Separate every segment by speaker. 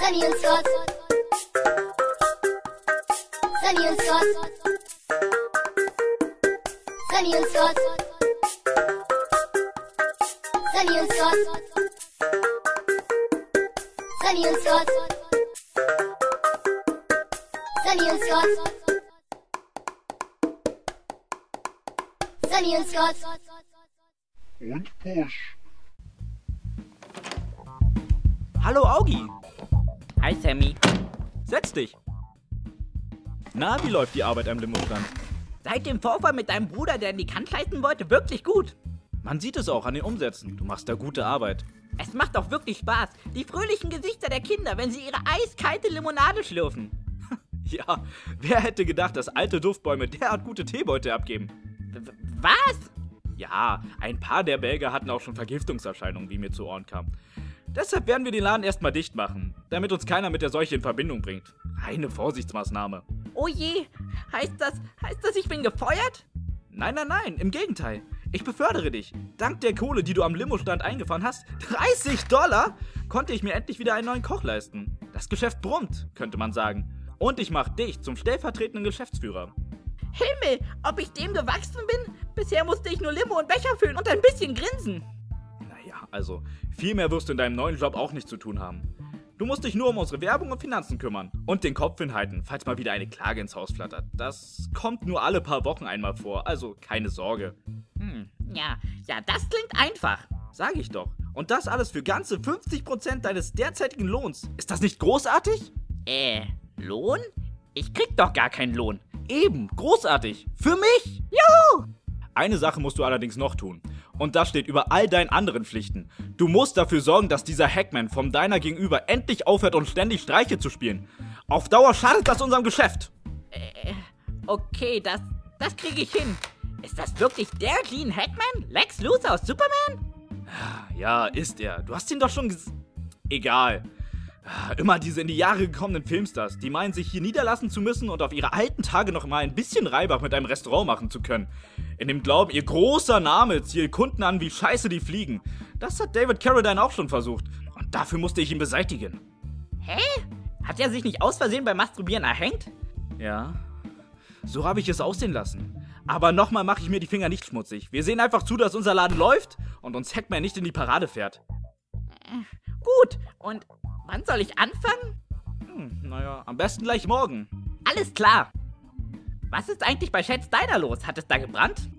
Speaker 1: Sunny und Scott. Sunny und Scott. Sunny und Scott. Sunny und Scott. Sunny und Scott. Sunny und Scott. Sunny und Scott.
Speaker 2: Und Push.
Speaker 3: Hallo Augi,
Speaker 4: Hi Sammy.
Speaker 3: setz dich. Na, wie läuft die Arbeit am Limostand?
Speaker 4: Seit dem Vorfall mit deinem Bruder, der in die Kant leiten wollte, wirklich gut.
Speaker 3: Man sieht es auch an den Umsätzen. Du machst da gute Arbeit.
Speaker 4: Es macht auch wirklich Spaß. Die fröhlichen Gesichter der Kinder, wenn sie ihre eiskalte Limonade schlürfen.
Speaker 3: Ja, wer hätte gedacht, dass alte Duftbäume derart gute Teebeute abgeben?
Speaker 4: W- w- Was?
Speaker 3: Ja, ein paar der Belgier hatten auch schon Vergiftungserscheinungen, wie mir zu Ohren kam. Deshalb werden wir den Laden erstmal dicht machen, damit uns keiner mit der Seuche in Verbindung bringt. Reine Vorsichtsmaßnahme.
Speaker 4: Oh je, heißt das, heißt das, ich bin gefeuert?
Speaker 3: Nein, nein, nein, im Gegenteil. Ich befördere dich. Dank der Kohle, die du am Limo-Stand eingefahren hast, 30 Dollar, konnte ich mir endlich wieder einen neuen Koch leisten. Das Geschäft brummt, könnte man sagen. Und ich mach dich zum stellvertretenden Geschäftsführer.
Speaker 4: Himmel, ob ich dem gewachsen bin? Bisher musste ich nur Limo und Becher füllen und ein bisschen grinsen.
Speaker 3: Naja, also, viel mehr wirst du in deinem neuen Job auch nicht zu tun haben. Du musst dich nur um unsere Werbung und Finanzen kümmern und den Kopf hinhalten, falls mal wieder eine Klage ins Haus flattert. Das kommt nur alle paar Wochen einmal vor, also keine Sorge.
Speaker 4: Hm, ja, ja, das klingt einfach.
Speaker 3: Sag ich doch. Und das alles für ganze 50% deines derzeitigen Lohns. Ist das nicht großartig?
Speaker 4: Äh, Lohn? Ich krieg doch gar keinen Lohn.
Speaker 3: Eben, großartig. Für mich. Juhu! Eine Sache musst du allerdings noch tun. Und das steht über all deinen anderen Pflichten. Du musst dafür sorgen, dass dieser Hackman vom deiner gegenüber endlich aufhört und ständig Streiche zu spielen. Auf Dauer schadet das unserem Geschäft.
Speaker 4: Okay, das, das kriege ich hin. Ist das wirklich der Gene Hackman? Lex Luthor aus Superman?
Speaker 3: Ja, ist er. Du hast ihn doch schon ges... Egal. Immer diese in die Jahre gekommenen Filmstars, die meinen, sich hier niederlassen zu müssen und auf ihre alten Tage noch mal ein bisschen Reibach mit einem Restaurant machen zu können. In dem Glauben, ihr großer Name zielt Kunden an wie Scheiße, die fliegen. Das hat David Carradine auch schon versucht. Und dafür musste ich ihn beseitigen.
Speaker 4: Hä? Hat er sich nicht aus Versehen beim Masturbieren erhängt?
Speaker 3: Ja. So habe ich es aussehen lassen. Aber nochmal mache ich mir die Finger nicht schmutzig. Wir sehen einfach zu, dass unser Laden läuft und uns Hackman nicht in die Parade fährt.
Speaker 4: Gut, und wann soll ich anfangen?
Speaker 3: Hm, naja, am besten gleich morgen.
Speaker 4: Alles klar. Was ist eigentlich bei Sheds Diner los? Hat es da gebrannt?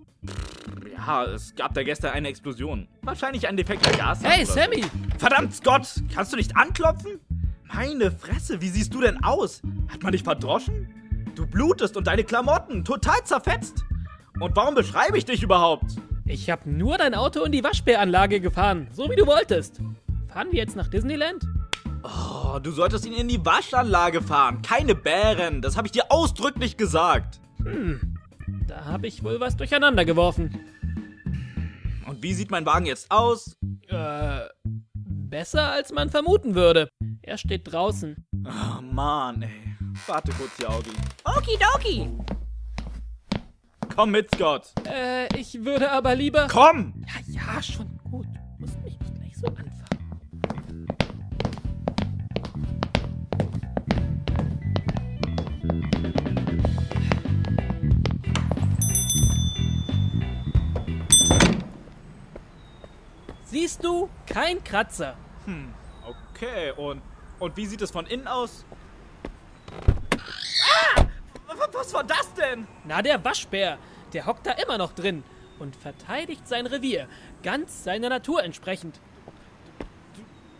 Speaker 3: Ja, es gab da gestern eine Explosion. Wahrscheinlich ein defekter Gas.
Speaker 5: Hey Sammy,
Speaker 3: Verdammt, Scott! Kannst du nicht anklopfen? Meine Fresse, wie siehst du denn aus? Hat man dich verdroschen? Du blutest und deine Klamotten total zerfetzt. Und warum beschreibe ich dich überhaupt?
Speaker 5: ich habe nur dein Auto in die Waschbäranlage gefahren, so wie du wolltest. Fahren wir jetzt nach Disneyland?
Speaker 3: Oh, du solltest ihn in die Waschanlage fahren. Keine Bären, das habe ich dir ausdrücklich gesagt.
Speaker 5: Da habe ich wohl was durcheinander geworfen.
Speaker 3: Und wie sieht mein Wagen jetzt aus?
Speaker 5: Äh, besser als man vermuten würde. Er steht draußen.
Speaker 3: Oh Mann, ey. Warte kurz hier, Augi.
Speaker 4: Okidoki.
Speaker 3: Komm mit, Scott.
Speaker 5: Äh, ich würde aber lieber.
Speaker 3: Komm!
Speaker 5: Ja, ja, schon gut. Du musst mich nicht gleich so anfangen. Siehst du? Kein Kratzer.
Speaker 3: Okay, und, und wie sieht es von innen aus? Ah! Wa- wa- Was war das denn?
Speaker 5: Na, der Waschbär, der hockt da immer noch drin und verteidigt sein Revier, ganz seiner Natur entsprechend.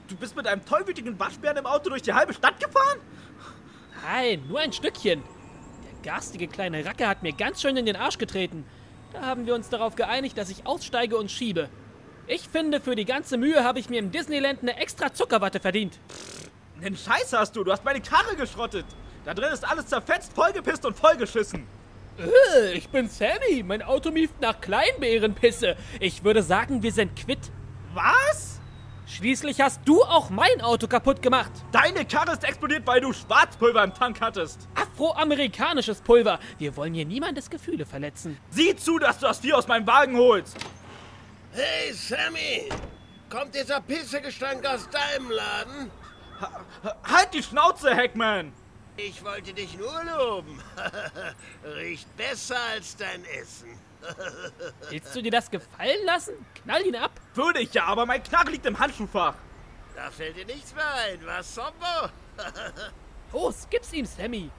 Speaker 3: Du bist mit einem tollwütigen Waschbären im Auto durch die halbe Stadt gefahren?
Speaker 5: Nein, nur ein Stückchen. Der garstige kleine Racker hat mir ganz schön in den Arsch getreten. Da haben wir uns darauf geeinigt, dass ich aussteige und schiebe. Ich finde, für die ganze Mühe habe ich mir im Disneyland eine extra Zuckerwatte verdient.
Speaker 3: Den Scheiß hast du, du hast meine Karre geschrottet. Da drin ist alles zerfetzt, vollgepisst und vollgeschissen.
Speaker 5: Äh, ich bin Sammy. Mein Auto mieft nach Kleinbeerenpisse. Ich würde sagen, wir sind quitt.
Speaker 3: Was?
Speaker 5: Schließlich hast du auch mein Auto kaputt gemacht.
Speaker 3: Deine Karre ist explodiert, weil du Schwarzpulver im Tank hattest.
Speaker 5: Afroamerikanisches Pulver. Wir wollen hier niemandes Gefühle verletzen.
Speaker 3: Sieh zu, dass du das Vieh aus meinem Wagen holst.
Speaker 6: Hey Sammy, kommt dieser Pissegestank aus deinem Laden?
Speaker 3: Halt die Schnauze, Hackman!
Speaker 6: Ich wollte dich nur loben. Riecht besser als dein Essen.
Speaker 5: Willst du dir das gefallen lassen? Knall ihn ab.
Speaker 3: Würde ich ja, aber mein Knarre liegt im Handschuhfach.
Speaker 6: Da fällt dir nichts mehr ein, was, Sombo?
Speaker 5: Los, gib's ihm, Sammy.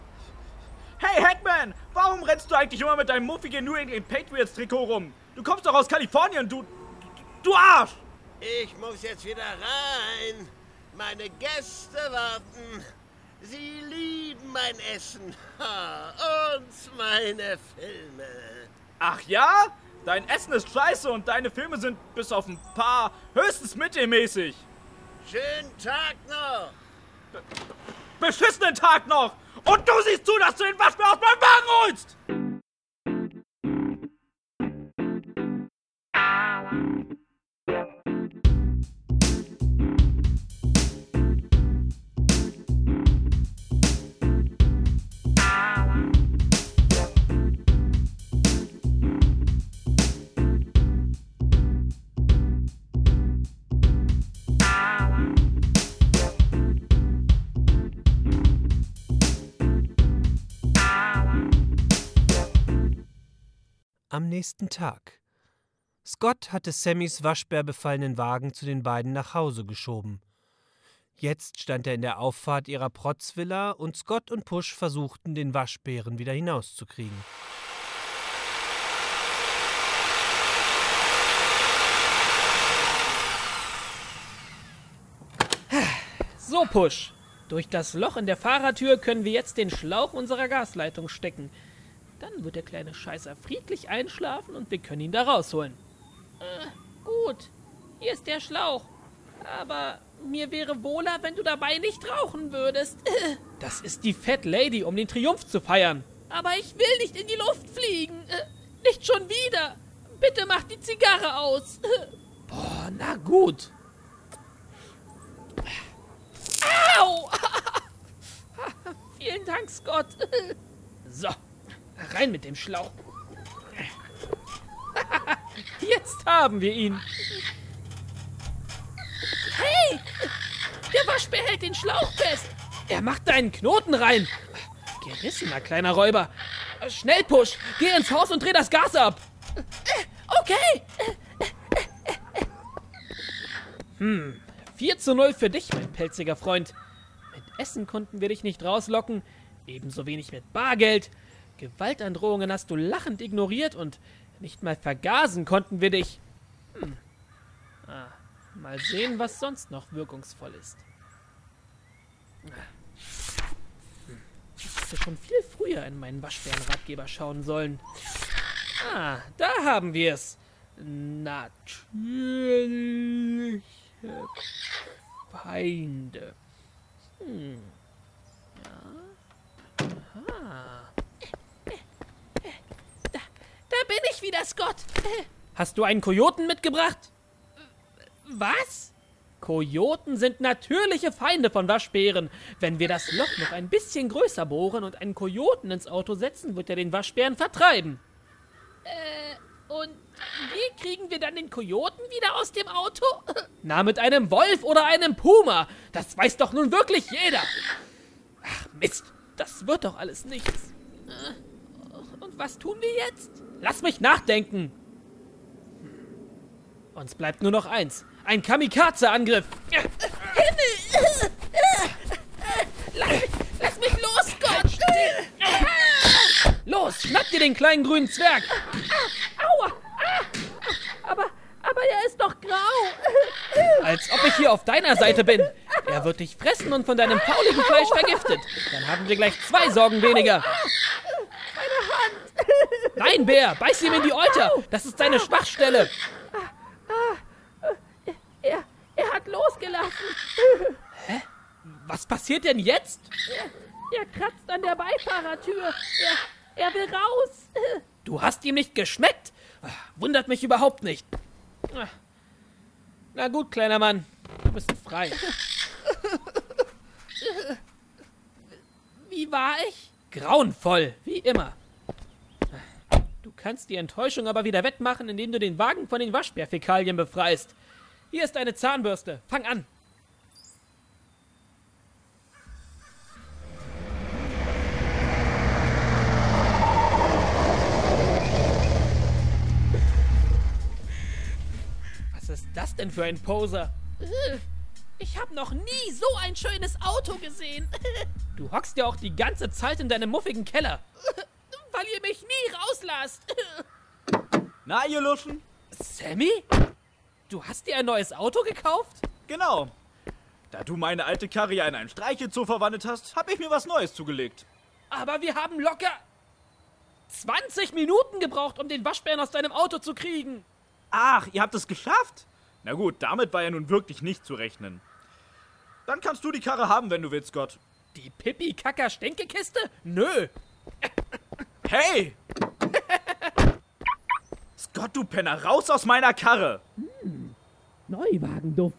Speaker 3: Hey, Hackman! Warum rennst du eigentlich immer mit deinem muffigen New England Patriots Trikot rum? Du kommst doch aus Kalifornien, du. Du Arsch!
Speaker 6: Ich muss jetzt wieder rein. Meine Gäste warten. Sie lieben mein Essen ha, und meine Filme.
Speaker 3: Ach ja? Dein Essen ist scheiße und deine Filme sind bis auf ein paar höchstens mittelmäßig.
Speaker 6: Schönen Tag noch.
Speaker 3: Beschissenen Tag noch! Und du siehst zu, dass du den Waschbär aus meinem Wagen holst!
Speaker 7: Am nächsten Tag. Scott hatte Sammys waschbärbefallenen Wagen zu den beiden nach Hause geschoben. Jetzt stand er in der Auffahrt ihrer Protzvilla und Scott und Push versuchten, den Waschbären wieder hinauszukriegen.
Speaker 5: So, Push. Durch das Loch in der Fahrertür können wir jetzt den Schlauch unserer Gasleitung stecken. Dann wird der kleine Scheißer friedlich einschlafen und wir können ihn da rausholen. Äh, gut. Hier ist der Schlauch. Aber mir wäre wohler, wenn du dabei nicht rauchen würdest. Das ist die Fat Lady, um den Triumph zu feiern. Aber ich will nicht in die Luft fliegen. Äh, Nicht schon wieder. Bitte mach die Zigarre aus. Boah, na gut. Au! Vielen Dank, Scott. So, rein mit dem Schlauch. Jetzt haben wir ihn. Hey! Der Waschbär hält den Schlauch fest. Er macht da einen Knoten rein. Gerissener kleiner Räuber. Schnell, Push. Geh ins Haus und dreh das Gas ab. Okay. Hm. 4 Hm, zu 0 für dich, mein pelziger Freund. Mit Essen konnten wir dich nicht rauslocken, ebenso wenig mit Bargeld. Gewaltandrohungen hast du lachend ignoriert und nicht mal vergasen konnten wir dich. Hm. Ah, mal sehen, was sonst noch wirkungsvoll ist. Ich hätte schon viel früher in meinen Waschbärenratgeber schauen sollen. Ah, da haben wir es. Natürliche Feinde.
Speaker 4: Da bin ich wieder, Scott.
Speaker 5: Hast du einen Kojoten mitgebracht?
Speaker 4: Was?
Speaker 5: Kojoten sind natürliche Feinde von Waschbären. Wenn wir das Loch noch ein bisschen größer bohren und einen Kojoten ins Auto setzen, wird er den Waschbären vertreiben.
Speaker 4: Äh, Und wie kriegen wir dann den Kojoten wieder aus dem Auto?
Speaker 5: Na, mit einem Wolf oder einem Puma. Das weiß doch nun wirklich jeder. Ach, Mist. Das wird doch alles nichts.
Speaker 4: Und was tun wir jetzt?
Speaker 5: Lass mich nachdenken. Uns bleibt nur noch eins. Ein Kamikaze-Angriff.
Speaker 4: Lass mich los, Scott!
Speaker 5: Los, schnapp dir den kleinen grünen Zwerg.
Speaker 4: Aber er ist doch grau.
Speaker 5: Als ob ich hier auf deiner Seite bin. Er wird dich fressen und von deinem fauligen Fleisch vergiftet. Dann haben wir gleich zwei Sorgen weniger. Meine Hand! Nein, Bär, beiß ihm in die Euter. Das ist seine Schwachstelle.
Speaker 4: Er, er hat losgelassen.
Speaker 5: Was passiert denn jetzt?
Speaker 4: Er kratzt an der Beifahrertür. Er, er will raus.
Speaker 5: Du hast ihm nicht geschmeckt? Ah, Wundert mich überhaupt nicht. Ah. Na gut, kleiner Mann. Du bist frei.
Speaker 4: Wie war ich?
Speaker 5: Grauenvoll, wie immer. Du kannst die Enttäuschung aber wieder wettmachen, indem du den Wagen von den Waschbärfäkalien befreist. Hier ist eine Zahnbürste. Fang an. denn für ein Poser? Äh, Ich habe noch nie so ein schönes Auto gesehen. Du hockst ja auch die ganze Zeit in deinem muffigen Keller. Weil ihr mich nie rauslasst.
Speaker 3: Na, ihr Luschen?
Speaker 5: Sammy? Du hast dir ein neues Auto gekauft?
Speaker 3: Genau. Da du meine alte Karre ja in einen Streichelzoo verwandelt hast, habe ich mir was Neues zugelegt.
Speaker 5: Aber wir haben locker 20 Minuten gebraucht, um den Waschbären aus deinem Auto zu kriegen.
Speaker 3: Ach, ihr habt es geschafft? Na gut, damit war ja nun wirklich nicht zu rechnen. Dann kannst du die Karre haben, wenn du willst, Gott.
Speaker 5: Die Pippi-Kacker-Stänkekiste? Nö.
Speaker 3: Hey! Scott, du Penner, raus aus meiner Karre!
Speaker 5: Neuwagenduft.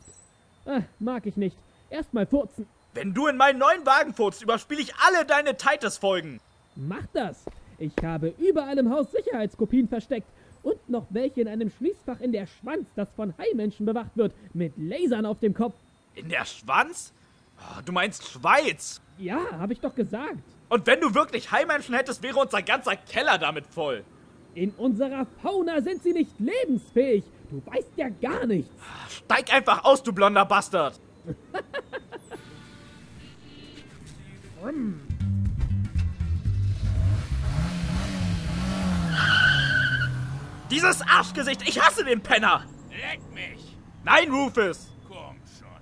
Speaker 5: Äh, mag ich nicht. Erstmal furzen.
Speaker 3: Wenn du in meinen neuen Wagen furzt, überspiele ich alle deine Titus-Folgen.
Speaker 5: Mach das! Ich habe überall im Haus Sicherheitskopien versteckt und noch welche in einem Schließfach in der Schwanz, das von Haimenschen bewacht wird, mit Lasern auf dem Kopf.
Speaker 3: In der Schwanz? Oh, du meinst Schweiz.
Speaker 5: Ja, habe ich doch gesagt.
Speaker 3: Und wenn du wirklich Heimmenschen hättest, wäre unser ganzer Keller damit voll.
Speaker 5: In unserer Fauna sind sie nicht lebensfähig. Du weißt ja gar nichts.
Speaker 3: Steig einfach aus, du blonder Bastard. Dieses Arschgesicht, ich hasse den Penner.
Speaker 8: Leck mich!
Speaker 3: Nein, Rufus.
Speaker 8: Komm schon.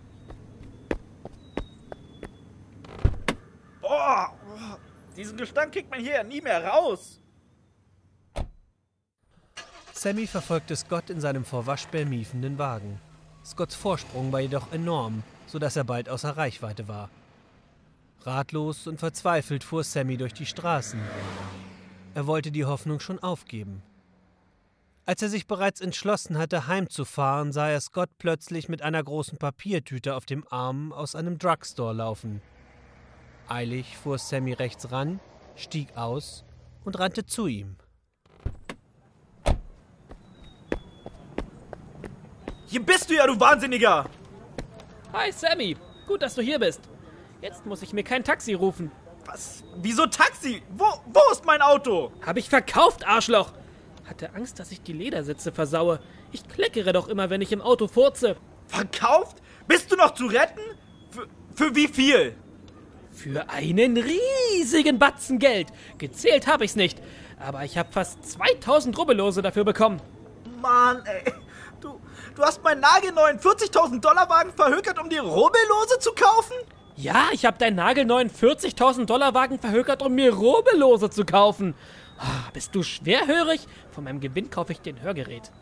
Speaker 3: Boah, oh, diesen Gestank kriegt man hier ja nie mehr raus.
Speaker 7: Sammy verfolgte Scott in seinem vor Waschbären miefenden Wagen. Scotts Vorsprung war jedoch enorm, sodass er bald außer Reichweite war. Ratlos und verzweifelt fuhr Sammy durch die Straßen. Er wollte die Hoffnung schon aufgeben. Als er sich bereits entschlossen hatte, heimzufahren, sah er Scott plötzlich mit einer großen Papiertüte auf dem Arm aus einem Drugstore laufen. Eilig fuhr Sammy rechts ran, stieg aus und rannte zu ihm.
Speaker 3: Hier bist du ja, du Wahnsinniger.
Speaker 5: Hi Sammy, gut, dass du hier bist. Jetzt muss ich mir kein Taxi rufen.
Speaker 3: Was? Wieso Taxi? Wo, wo ist mein Auto?
Speaker 5: Hab ich verkauft, Arschloch! Hatte Angst, dass ich die Ledersitze versaue. Ich kleckere doch immer, wenn ich im Auto furze.
Speaker 3: Verkauft? Bist du noch zu retten? Für, für wie viel?
Speaker 5: Für einen riesigen Batzen Geld. Gezählt habe ich's nicht. Aber ich habe fast 2000 Rubbellose dafür bekommen.
Speaker 3: Mann, ey. Du, du hast meinen nagelneuen 40.000 Dollar Wagen verhökert, um dir Rubbellose zu kaufen?
Speaker 5: Ja, ich habe deinen nagelneuen 40.000 Dollar Wagen verhökert, um mir Rubbellose zu kaufen. Ah, bist du schwerhörig? Von meinem Gewinn kaufe ich den Hörgerät.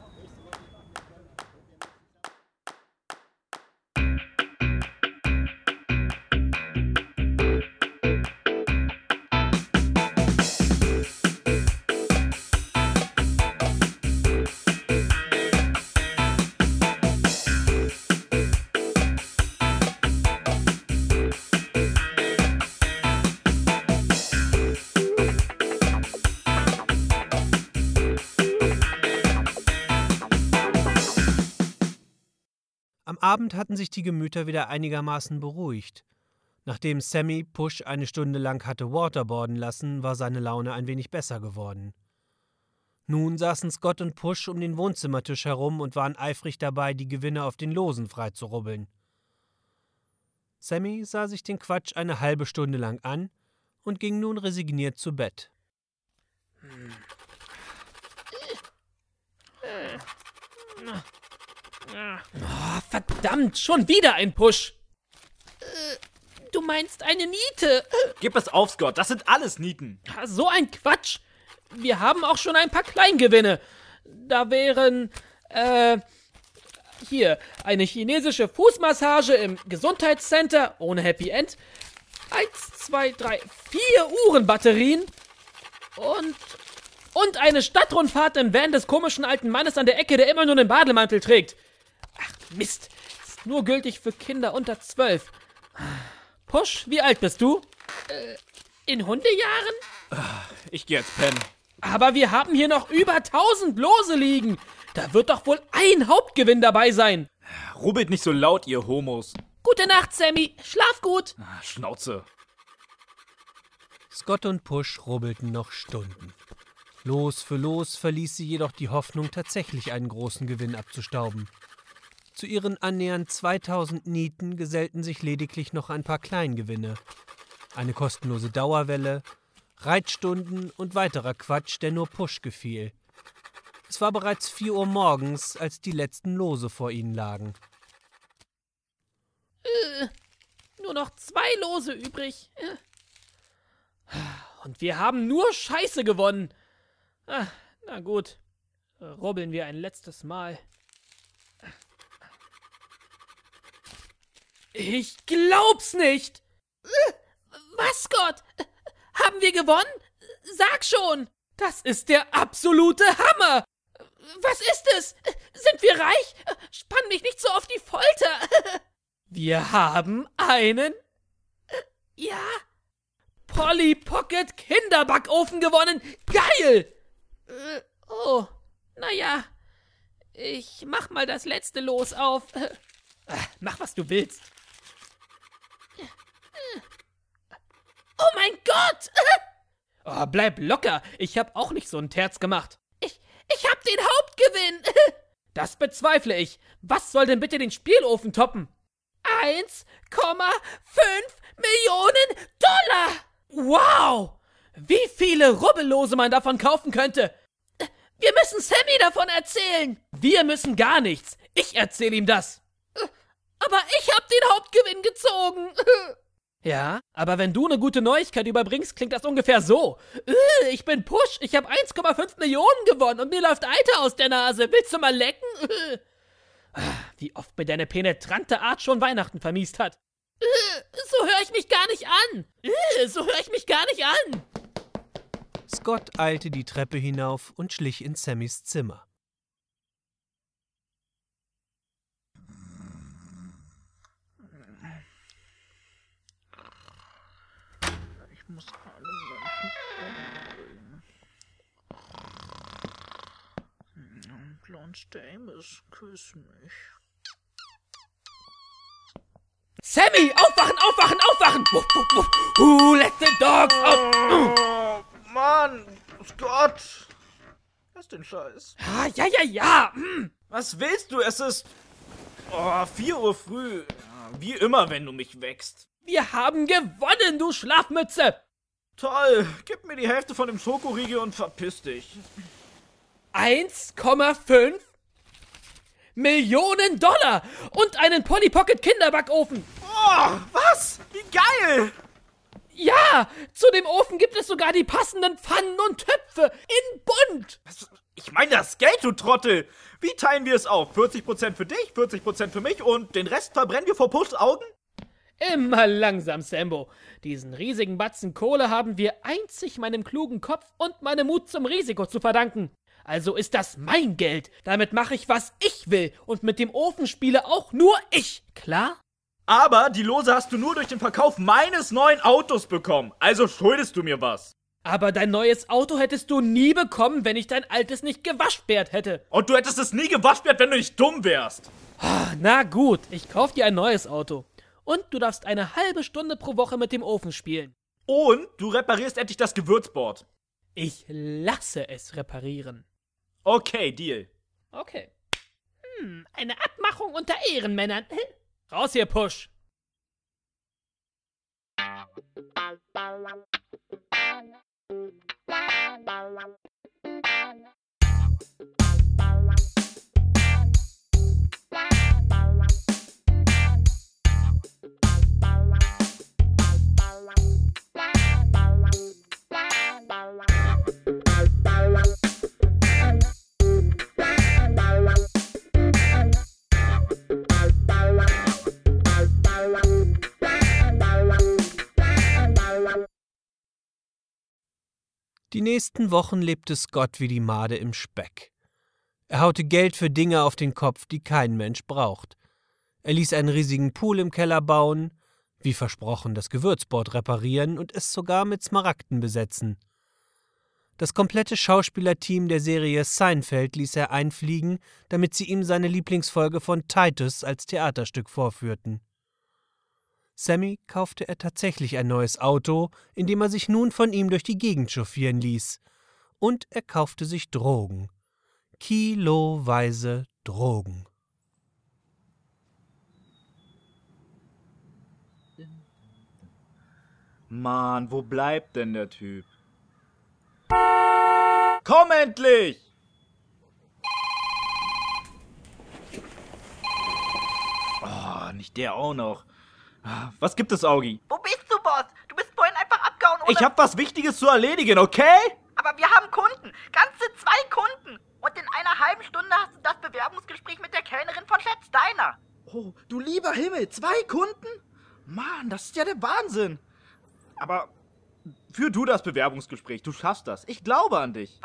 Speaker 7: Am Abend hatten sich die Gemüter wieder einigermaßen beruhigt. Nachdem Sammy Push eine Stunde lang hatte waterboarden lassen, war seine Laune ein wenig besser geworden. Nun saßen Scott und Push um den Wohnzimmertisch herum und waren eifrig dabei, die Gewinne auf den Losen freizurubbeln. Sammy sah sich den Quatsch eine halbe Stunde lang an und ging nun resigniert zu Bett.
Speaker 5: Ah, verdammt, schon wieder ein Push. Äh, Du meinst eine Niete?
Speaker 3: Gib es auf, Scott. Das sind alles Nieten.
Speaker 5: Ah, So ein Quatsch. Wir haben auch schon ein paar Kleingewinne. Da wären, äh, hier, eine chinesische Fußmassage im Gesundheitscenter ohne Happy End. Eins, zwei, drei, vier Uhrenbatterien. Und, und eine Stadtrundfahrt im Van des komischen alten Mannes an der Ecke, der immer nur den Bademantel trägt. Ach, Mist. Ist nur gültig für Kinder unter zwölf. Push, wie alt bist du? Äh, in Hundejahren?
Speaker 3: Ich gehe jetzt pennen.
Speaker 5: Aber wir haben hier noch über 1000 Lose liegen. Da wird doch wohl ein Hauptgewinn dabei sein.
Speaker 3: Rubbelt nicht so laut, ihr Homos.
Speaker 5: Gute Nacht, Sammy. Schlaf gut.
Speaker 3: Ah, Schnauze.
Speaker 7: Scott und Push rubbelten noch Stunden. Los für los verließ sie jedoch die Hoffnung, tatsächlich einen großen Gewinn abzustauben. Zu ihren annähernd 2000 Nieten gesellten sich lediglich noch ein paar Kleingewinne. Eine kostenlose Dauerwelle, Reitstunden und weiterer Quatsch, der nur Push gefiel. Es war bereits 4 Uhr morgens, als die letzten Lose vor ihnen lagen.
Speaker 5: Nur noch zwei Lose übrig. Äh. Und wir haben nur Scheiße gewonnen. Ah, na gut. Robbeln wir ein letztes Mal. Ich glaub's nicht! Was, Gott? Haben wir gewonnen? Sag schon! Das ist der absolute Hammer! Was ist es? Sind wir reich? Spann mich nicht so auf die Folter! Wir haben einen. Ja. Polly Pocket Kinderbackofen gewonnen. Geil! Äh, oh, naja. Ich mach mal das letzte Los auf. Äh, mach, was du willst. Oh mein Gott! Oh, bleib locker. Ich hab auch nicht so einen Terz gemacht. Ich, ich hab den Hauptgewinn. Das bezweifle ich. Was soll denn bitte den Spielofen toppen? 1,5 Millionen Dollar! Wow! Wie viele Rubbellose man davon kaufen könnte! Wir müssen Sammy davon erzählen! Wir müssen gar nichts! Ich erzähle ihm das! Aber ich hab den Hauptgewinn gezogen! Ja, aber wenn du eine gute Neuigkeit überbringst, klingt das ungefähr so. Äh, Ich bin Push, ich habe 1,5 Millionen gewonnen und mir läuft Alter aus der Nase. Willst du mal lecken? Äh. Wie oft mir deine penetrante Art schon Weihnachten vermiest hat. Äh, So höre ich mich gar nicht an. Äh, So höre ich mich gar nicht an.
Speaker 7: Scott eilte die Treppe hinauf und schlich in Sammys Zimmer.
Speaker 8: Lance Davis, küss mich.
Speaker 5: Sammy, aufwachen, aufwachen, aufwachen. Wuff, wuff, wuff. Who Uh, let the dogs out?
Speaker 9: Oh, Mann, Scott! Was den Scheiß?
Speaker 5: Ah, ja, ja, ja. Hm.
Speaker 3: Was willst du? Es ist. Oh, 4 Uhr früh. Ja, Wie immer, wenn du mich wächst.
Speaker 5: Wir haben gewonnen, du Schlafmütze.
Speaker 3: Toll, gib mir die Hälfte von dem Schokoriegel und verpiss dich.
Speaker 5: 1,5 Millionen Dollar und einen Polly Pocket Kinderbackofen.
Speaker 3: Oh, was? Wie geil!
Speaker 5: Ja, zu dem Ofen gibt es sogar die passenden Pfannen und Töpfe in bunt.
Speaker 3: Was? Ich meine das Geld, du Trottel! Wie teilen wir es auf? 40% für dich, 40% für mich und den Rest verbrennen wir vor Pushs Augen?
Speaker 5: Immer langsam, Sambo. Diesen riesigen Batzen Kohle haben wir einzig meinem klugen Kopf und meinem Mut zum Risiko zu verdanken. Also ist das mein Geld. Damit mache ich, was ich will. Und mit dem Ofen spiele auch nur ich. Klar?
Speaker 3: Aber die Lose hast du nur durch den Verkauf meines neuen Autos bekommen. Also schuldest du mir was.
Speaker 5: Aber dein neues Auto hättest du nie bekommen, wenn ich dein altes nicht gewaschbärt hätte.
Speaker 3: Und du hättest es nie gewaschbärt, wenn du nicht dumm wärst.
Speaker 5: Na gut, ich kauf dir ein neues Auto. Und du darfst eine halbe Stunde pro Woche mit dem Ofen spielen.
Speaker 3: Und du reparierst endlich das Gewürzboard.
Speaker 5: Ich lasse es reparieren.
Speaker 3: Okay, Deal.
Speaker 5: Okay. Hm, eine Abmachung unter Ehrenmännern. Raus hier, Push.
Speaker 7: Die nächsten Wochen lebte Scott wie die Made im Speck. Er haute Geld für Dinge auf den Kopf, die kein Mensch braucht. Er ließ einen riesigen Pool im Keller bauen, wie versprochen das Gewürzbord reparieren und es sogar mit Smaragden besetzen. Das komplette Schauspielerteam der Serie Seinfeld ließ er einfliegen, damit sie ihm seine Lieblingsfolge von Titus als Theaterstück vorführten. Sammy kaufte er tatsächlich ein neues Auto, indem er sich nun von ihm durch die Gegend chauffieren ließ. Und er kaufte sich Drogen. Kiloweise Drogen.
Speaker 3: Mann, wo bleibt denn der Typ? Komm endlich! Oh, nicht der auch noch. Ah, Was gibt es, Augi?
Speaker 9: Wo bist du, Boss? Du bist vorhin einfach abgehauen, ohne...
Speaker 3: Ich hab was Wichtiges zu erledigen, okay?
Speaker 9: Aber wir haben Kunden. Ganze zwei Kunden. Und in einer halben Stunde hast du das Bewerbungsgespräch mit der Kellnerin von Schätz Steiner.
Speaker 3: Oh, du lieber Himmel, zwei Kunden? Mann, das ist ja der Wahnsinn. Aber führ du das Bewerbungsgespräch, du schaffst das. Ich glaube an dich.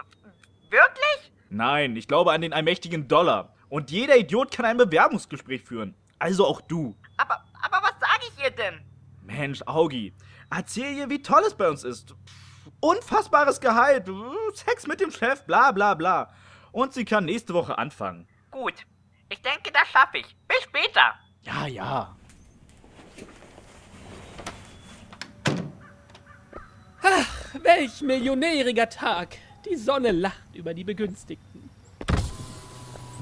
Speaker 9: Wirklich?
Speaker 3: Nein, ich glaube an den allmächtigen Dollar. Und jeder Idiot kann ein Bewerbungsgespräch führen. Also auch du.
Speaker 9: Aber, aber was sage ich ihr denn?
Speaker 3: Mensch, Augi, erzähl ihr, wie toll es bei uns ist. Unfassbares Gehalt, Sex mit dem Chef, bla bla bla. Und sie kann nächste Woche anfangen.
Speaker 9: Gut. Ich denke, das schaffe ich. Bis später.
Speaker 3: Ja, ja.
Speaker 5: Welch millionäriger Tag! Die Sonne lacht über die Begünstigten.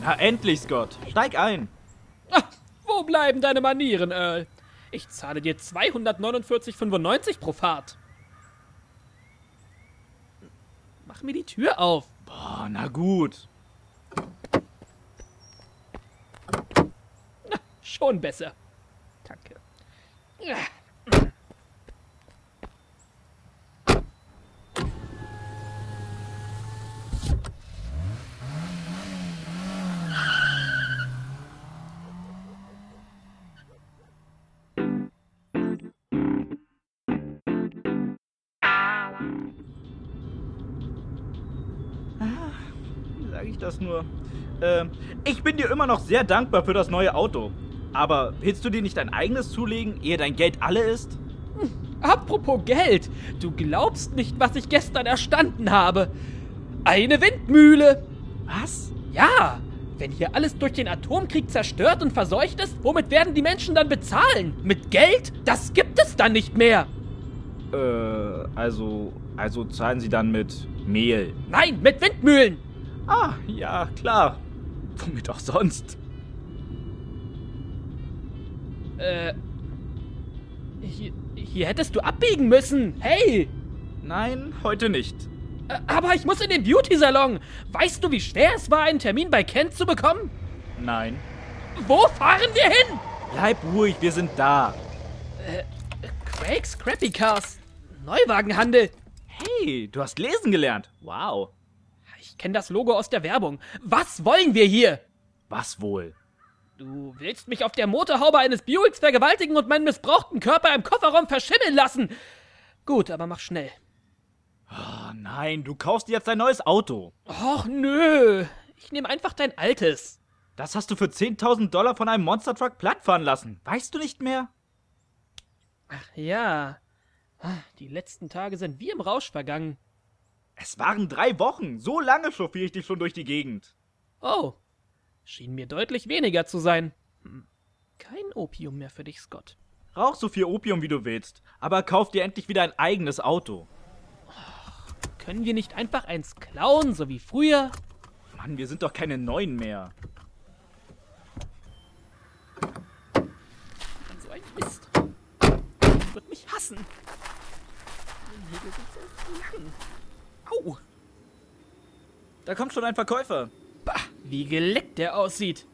Speaker 3: Na endlich, Scott. Steig ein.
Speaker 5: Ah, wo bleiben deine Manieren, Earl? Ich zahle dir 249,95 pro Fahrt. Mach mir die Tür auf.
Speaker 3: Boah, Ah, na gut.
Speaker 5: Schon besser. Danke.
Speaker 3: Wie sage ich das nur? Ähm, ich bin dir immer noch sehr dankbar für das neue Auto. Aber willst du dir nicht dein eigenes zulegen, ehe dein Geld alle ist?
Speaker 5: Apropos Geld, du glaubst nicht, was ich gestern erstanden habe. Eine Windmühle.
Speaker 3: Was?
Speaker 5: Ja, wenn hier alles durch den Atomkrieg zerstört und verseucht ist, womit werden die Menschen dann bezahlen? Mit Geld? Das gibt es dann nicht mehr.
Speaker 3: Äh, also, also zahlen sie dann mit Mehl.
Speaker 5: Nein, mit Windmühlen.
Speaker 3: Ah, ja, klar. Womit auch sonst?
Speaker 5: Äh, hier, hier hättest du abbiegen müssen. Hey,
Speaker 3: Nein, heute nicht.
Speaker 5: äh, aber ich muss in den Beauty-Salon. Weißt du, wie schwer es war, einen Termin bei Ken zu bekommen?
Speaker 3: Nein.
Speaker 5: Wo fahren wir hin?
Speaker 3: Bleib ruhig, wir sind da.
Speaker 5: Quakes Crappy Cars. Neuwagenhandel.
Speaker 3: Hey, du hast lesen gelernt. Wow.
Speaker 5: Ich kenne das Logo aus der Werbung. Was wollen wir hier?
Speaker 3: Was wohl?
Speaker 5: Du willst mich auf der Motorhaube eines Buicks vergewaltigen und meinen missbrauchten Körper im Kofferraum verschimmeln lassen. Gut, aber mach schnell.
Speaker 3: Oh nein, du kaufst dir jetzt dein neues Auto.
Speaker 5: Och nö. Ich nehme einfach dein altes.
Speaker 3: Das hast du für 10.000 Dollar von einem Monster Truck plattfahren lassen. Weißt du nicht mehr?
Speaker 5: Ja. Ah, Die letzten Tage sind wie im Rausch vergangen.
Speaker 3: Es waren drei Wochen. So lange chauffiere ich dich schon durch die Gegend.
Speaker 5: Oh. Schien mir deutlich weniger zu sein. Hm. Kein Opium mehr für dich, Scott.
Speaker 3: Rauch so viel Opium, wie du willst, aber kauf dir endlich wieder ein eigenes Auto.
Speaker 5: Können wir nicht einfach eins klauen, so wie früher?
Speaker 3: Mann, wir sind doch keine Neuen mehr.
Speaker 5: So ein Mist. Wird mich hassen. Die Nägel sind so lang. Au!
Speaker 3: Da kommt schon ein Verkäufer.
Speaker 5: Bah, wie geleckt der aussieht.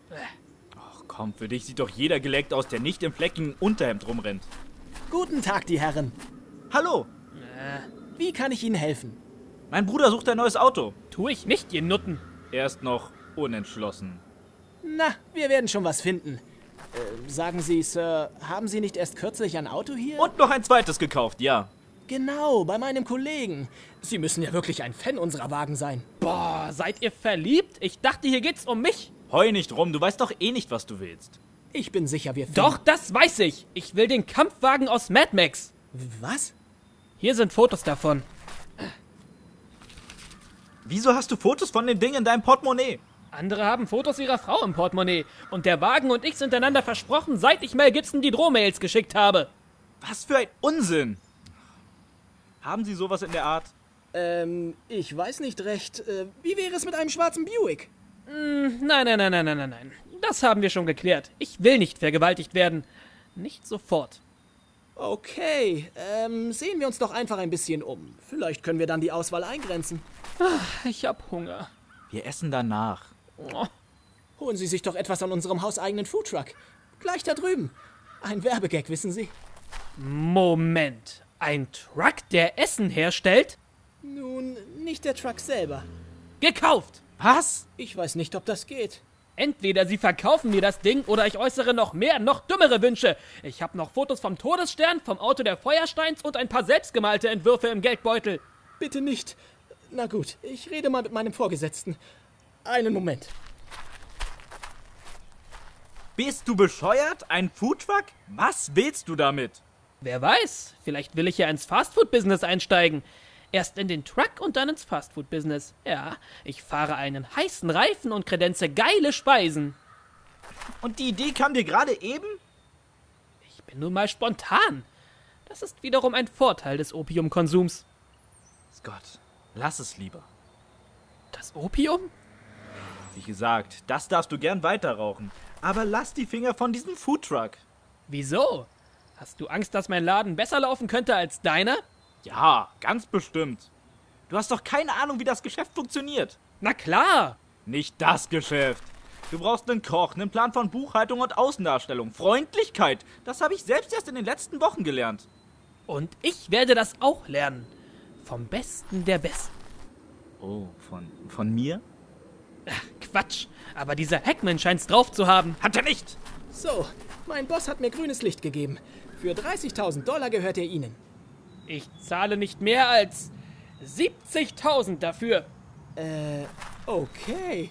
Speaker 3: Ach komm, für dich sieht doch jeder geleckt aus, der nicht im fleckigen Unterhemd rumrennt.
Speaker 10: Guten Tag, die Herren.
Speaker 3: Hallo,
Speaker 10: Wie kann ich Ihnen helfen?
Speaker 3: mein Bruder sucht ein neues Auto.
Speaker 5: Tu ich nicht, ihr Nutten.
Speaker 3: Er ist noch unentschlossen.
Speaker 10: Na, wir werden schon was finden. Äh, sagen Sie, Sir, haben Sie nicht erst kürzlich ein Auto hier?
Speaker 3: Und noch ein zweites gekauft, ja.
Speaker 10: genau, bei meinem Kollegen. Sie müssen ja wirklich ein Fan unserer Wagen sein.
Speaker 5: Boah, seid ihr verliebt? Ich dachte, hier geht's um mich.
Speaker 3: Heu nicht rum, du weißt doch eh nicht, was du willst.
Speaker 10: Ich bin sicher, wir finden.
Speaker 5: Doch, das weiß ich. Ich will den Kampfwagen aus Mad Max.
Speaker 10: Was?
Speaker 5: Hier sind Fotos davon.
Speaker 3: Wieso hast du Fotos von dem Ding in deinem Portemonnaie?
Speaker 5: Andere haben Fotos ihrer Frau im Portemonnaie. Und der Wagen und ich sind einander versprochen, seit ich Mel Gibson die Drohmails geschickt habe.
Speaker 3: Was für ein Unsinn! Haben sie sowas in der Art?
Speaker 10: Ähm, ich weiß nicht recht. Äh, wie wäre es mit einem schwarzen Buick?
Speaker 5: Nein, nein, nein, nein, nein, nein, nein. Das haben wir schon geklärt. Ich will nicht vergewaltigt werden. Nicht sofort.
Speaker 10: Okay, ähm, sehen wir uns doch einfach ein bisschen um. Vielleicht können wir dann die Auswahl eingrenzen.
Speaker 5: Ich hab Hunger.
Speaker 3: Wir essen danach.
Speaker 10: Oh. Holen Sie sich doch etwas an unserem hauseigenen Foodtruck. Gleich da drüben. Ein Werbegag, wissen Sie.
Speaker 5: Moment. Ein Truck, der Essen herstellt?
Speaker 10: Nun, nicht der Truck selber.
Speaker 5: Gekauft! Was?
Speaker 10: Ich weiß nicht, ob das geht.
Speaker 5: Entweder Sie verkaufen mir das Ding oder ich äußere noch mehr, noch dümmere Wünsche. Ich habe noch Fotos vom Todesstern, vom Auto der Feuersteins und ein paar selbstgemalte Entwürfe im Geldbeutel.
Speaker 10: Bitte nicht. Na gut, ich rede mal mit meinem Vorgesetzten. Einen Moment.
Speaker 3: Bist du bescheuert? Ein Foodtruck? Was willst du damit?
Speaker 5: Wer weiß, vielleicht will ich ja ins Fastfood-Business einsteigen. Erst in den Truck und dann ins Fastfood-Business. Ja, ich fahre einen heißen Reifen und kredenze geile Speisen.
Speaker 3: Und die Idee kam dir gerade eben?
Speaker 5: Ich bin nun mal spontan. Das ist wiederum ein Vorteil des Opiumkonsums.
Speaker 3: Scott, lass es lieber.
Speaker 5: Das Opium?
Speaker 3: Wie gesagt, das darfst du gern weiter rauchen. Aber lass die Finger von diesem Foodtruck.
Speaker 5: Wieso? Hast du Angst, dass mein Laden besser laufen könnte als deiner?
Speaker 3: Ja, ganz bestimmt. Du hast doch keine Ahnung, wie das Geschäft funktioniert.
Speaker 5: Na klar.
Speaker 3: Nicht das Geschäft. Du brauchst einen Koch, einen Plan von Buchhaltung und Außendarstellung, Freundlichkeit. Das habe ich selbst erst in den letzten Wochen gelernt.
Speaker 5: Und ich werde das auch lernen. Vom Besten der Besten.
Speaker 3: Oh, von, von mir?
Speaker 5: Ach, Quatsch. Aber dieser Hackman scheint's drauf zu haben.
Speaker 3: Hat er nicht!
Speaker 10: So, mein Boss hat mir grünes Licht gegeben. Für 30.000 Dollar gehört er Ihnen.
Speaker 5: Ich zahle nicht mehr als 70.000 dafür.
Speaker 10: Äh, okay.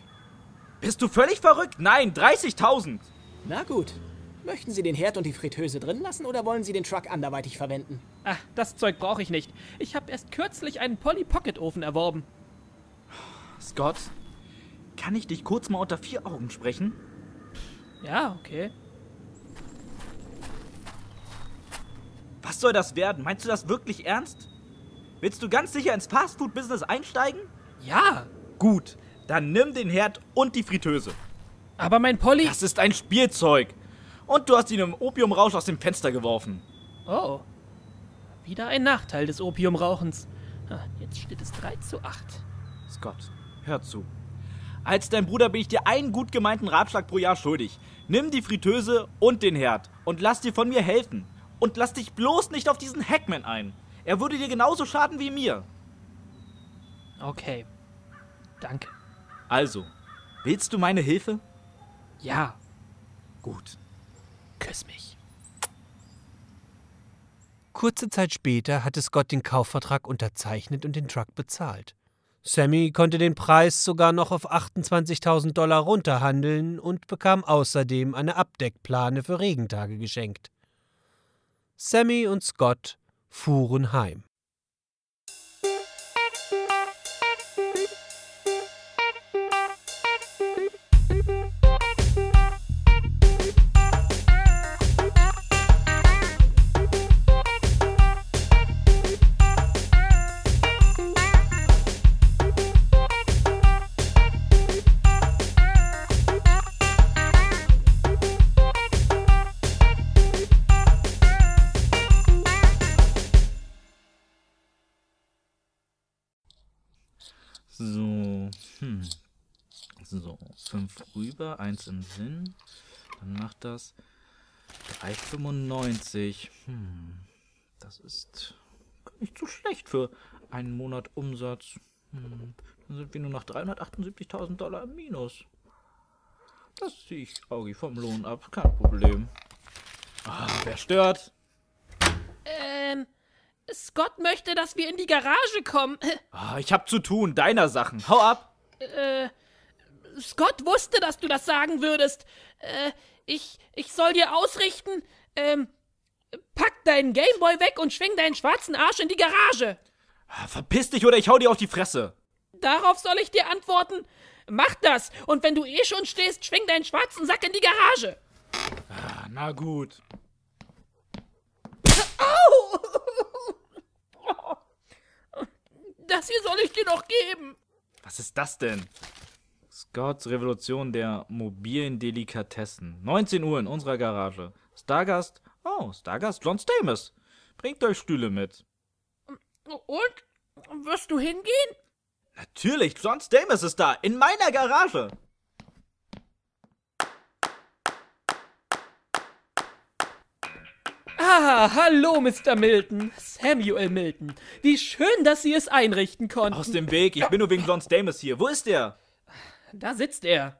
Speaker 3: Bist du völlig verrückt? Nein, 30.000!
Speaker 10: Na gut. Möchten Sie den Herd und die Fritteuse drin lassen oder wollen Sie den Truck anderweitig verwenden?
Speaker 5: Ach, Ah, das Zeug brauche ich nicht. Ich habe erst kürzlich einen Polly Pocket Ofen erworben.
Speaker 3: Scott, kann ich dich kurz mal unter vier Augen sprechen?
Speaker 5: Ja, okay.
Speaker 3: Was soll das werden? Meinst du das wirklich ernst? Willst du ganz sicher ins Fastfood-Business einsteigen?
Speaker 5: Ja,
Speaker 3: Gut, dann nimm den Herd und die Fritteuse.
Speaker 5: aber mein Polly.
Speaker 3: Das ist ein Spielzeug. Und du hast ihn im Opiumrausch aus dem Fenster geworfen.
Speaker 5: Oh. Wieder ein Nachteil des Opiumrauchens. Ha, Jetzt steht es 3 zu 8.
Speaker 3: Scott, hör zu. Als dein Bruder bin ich dir einen gut gemeinten Ratschlag pro Jahr schuldig. Nimm die Fritteuse und den Herd und lass dir von mir helfen. Und lass dich bloß nicht auf diesen Hackman ein. Er würde dir genauso schaden wie mir.
Speaker 5: Okay. Danke.
Speaker 3: Also, willst du meine Hilfe?
Speaker 5: Ja,
Speaker 3: Gut.
Speaker 5: küss mich.
Speaker 7: Kurze Zeit später hatte Scott den Kaufvertrag unterzeichnet und den Truck bezahlt. Sammy konnte den Preis sogar noch auf 28.000 Dollar runterhandeln und bekam außerdem eine Abdeckplane für Regentage geschenkt. Sammy und Scott fuhren heim.
Speaker 3: So, hm. So, fünf rüber, eins im Sinn. Dann macht das 3,95. Hm. Das ist gar nicht so schlecht für einen Monat Umsatz. Hm. Dann sind wir nur noch 378.000 Dollar im Minus. Das ziehe ich Augi vom Lohn ab, kein Problem. Ah, wer stört?
Speaker 5: Ähm, Scott möchte, dass wir in die Garage kommen.
Speaker 3: Ah, ich hab zu tun, deiner Sachen. Hau ab!
Speaker 5: Scott wusste, dass du das sagen würdest. Äh, ich, ich soll dir ausrichten, ähm, pack deinen Gameboy weg und schwing deinen schwarzen Arsch in die Garage.
Speaker 3: Ah, Verpiss dich oder ich hau dir auf die Fresse!
Speaker 5: Darauf soll ich dir antworten. Mach das! Und wenn du eh schon stehst, schwing deinen schwarzen Sack in die Garage!
Speaker 3: Na gut.
Speaker 5: Das hier soll ich dir noch geben!
Speaker 3: Was ist das denn? Scotts Revolution der mobilen Delikatessen. 19 Uhr in unserer Garage. Stargast Oh, Stargast John Stamos. Bringt euch Stühle mit.
Speaker 11: Und? Wirst du hingehen?
Speaker 3: Natürlich, John Stamos ist da, in meiner Garage.
Speaker 5: Ah, hallo, Mr. Milton. Samuel Milton. Wie schön, dass Sie es einrichten konnten.
Speaker 3: Aus dem Weg, ich bin nur wegen John Stamos hier. Wo ist der?
Speaker 5: Da sitzt er.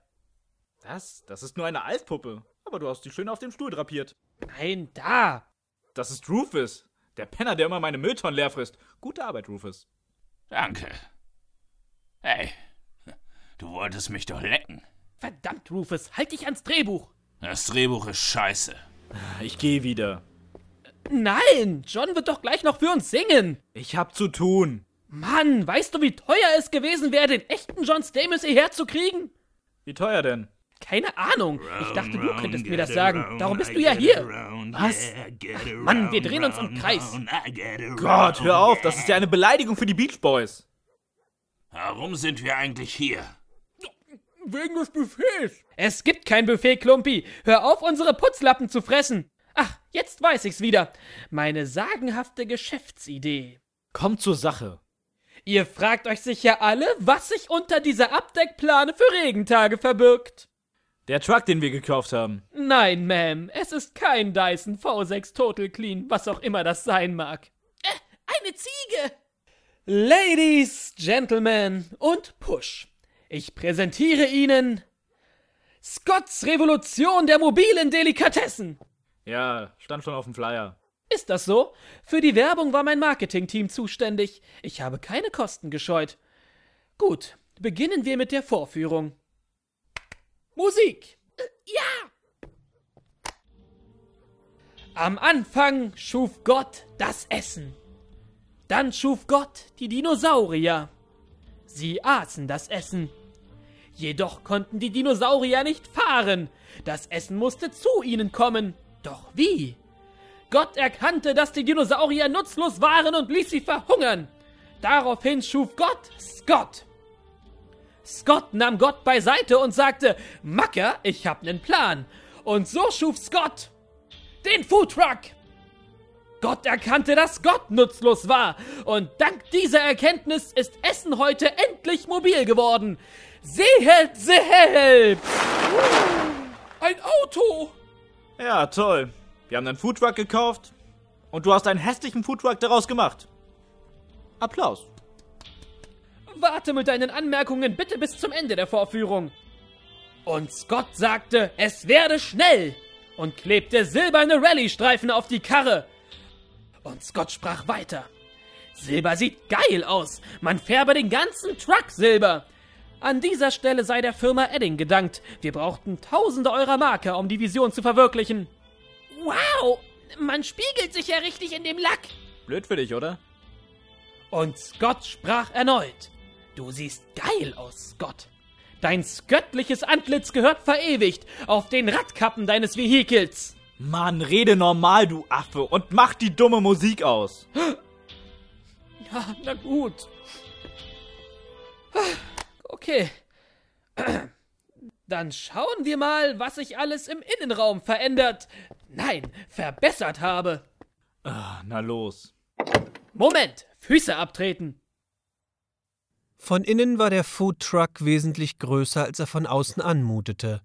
Speaker 3: Das, das ist nur eine Alfpuppe. Aber du hast dich schön auf dem Stuhl drapiert.
Speaker 5: Nein, da.
Speaker 3: Das ist Rufus. Der Penner, der immer meine Mülltonnen leer frisst. Gute Arbeit, Rufus.
Speaker 12: Danke. Hey, du wolltest mich doch lecken.
Speaker 5: Verdammt, Rufus, halt dich ans Drehbuch.
Speaker 12: Das Drehbuch ist scheiße.
Speaker 3: Ich gehe wieder.
Speaker 5: Nein, John wird doch gleich noch für uns singen.
Speaker 3: Ich hab zu tun.
Speaker 5: Mann, weißt du, wie teuer es gewesen wäre, den echten John Stamos hierher zu kriegen?
Speaker 3: Wie teuer denn?
Speaker 5: Keine Ahnung. Ich dachte, du könntest mir das sagen. Darum bist du ja hier. Was? Ach, Mann, wir drehen uns im Kreis.
Speaker 3: Gott, hör auf. Das ist ja eine Beleidigung für die Beach Boys.
Speaker 12: Warum sind wir eigentlich hier?
Speaker 11: Wegen des Buffets.
Speaker 5: Es gibt kein Buffet, Klumpi. Hör auf, unsere Putzlappen zu fressen. Ach, jetzt weiß ich's wieder. Meine sagenhafte Geschäftsidee.
Speaker 3: Kommt zur Sache.
Speaker 5: Ihr fragt euch sicher alle, was sich unter dieser Abdeckplane für Regentage verbirgt.
Speaker 3: Der Truck, den wir gekauft haben.
Speaker 5: Nein, Ma'am, es ist kein Dyson V6 Total Clean, was auch immer das sein mag.
Speaker 11: Äh, eine Ziege!
Speaker 5: Ladies, Gentlemen und Push, ich präsentiere Ihnen Scotts Revolution der mobilen Delikatessen.
Speaker 3: Ja, stand schon auf dem Flyer.
Speaker 5: Ist das so? Für die Werbung war mein Marketingteam zuständig. Ich habe keine Kosten gescheut. Gut, beginnen wir mit der Vorführung. Musik!
Speaker 11: Ja!
Speaker 5: Am Anfang schuf Gott das Essen. Dann schuf Gott die Dinosaurier. Sie aßen das Essen. Jedoch konnten die Dinosaurier nicht fahren. Das Essen musste zu ihnen kommen. Doch wie? Gott erkannte, dass die Dinosaurier nutzlos waren und ließ sie verhungern. Daraufhin schuf Gott Scott. Scott nahm Gott beiseite und sagte, Macker, ich hab nen Plan. Und so schuf Scott den Foodtruck. Gott erkannte, dass Gott nutzlos war. Und dank dieser Erkenntnis ist Essen heute endlich mobil geworden. Seht, seht!
Speaker 11: Ein Auto!
Speaker 3: Ja, toll. Wir haben einen Foodtruck gekauft und du hast einen hässlichen Foodtruck daraus gemacht. Applaus.
Speaker 5: Warte mit deinen Anmerkungen bitte bis zum Ende der Vorführung. Und Scott sagte, es werde schnell und klebte silberne Rallye-Streifen auf die Karre. Und Scott sprach weiter. Silber sieht geil aus. Man färbe den ganzen Truck silber. An dieser Stelle sei der Firma Edding gedankt. Wir brauchten tausende eurer Marker, um die Vision zu verwirklichen.
Speaker 11: Wow, man spiegelt sich ja richtig in dem Lack.
Speaker 3: Blöd für dich, oder?
Speaker 5: Und Scott sprach erneut. Du siehst geil aus, Scott. Dein göttliches Antlitz gehört verewigt auf den Radkappen deines Vehikels.
Speaker 3: Mann, rede normal, du Affe, und mach die dumme Musik aus.
Speaker 5: Ja, na gut. Okay. Dann schauen wir mal, was sich alles im Innenraum verändert. Nein, verbessert habe.
Speaker 3: Ach, na los.
Speaker 5: Moment, Füße abtreten.
Speaker 7: Von innen war der Foodtruck wesentlich größer, als er von außen anmutete.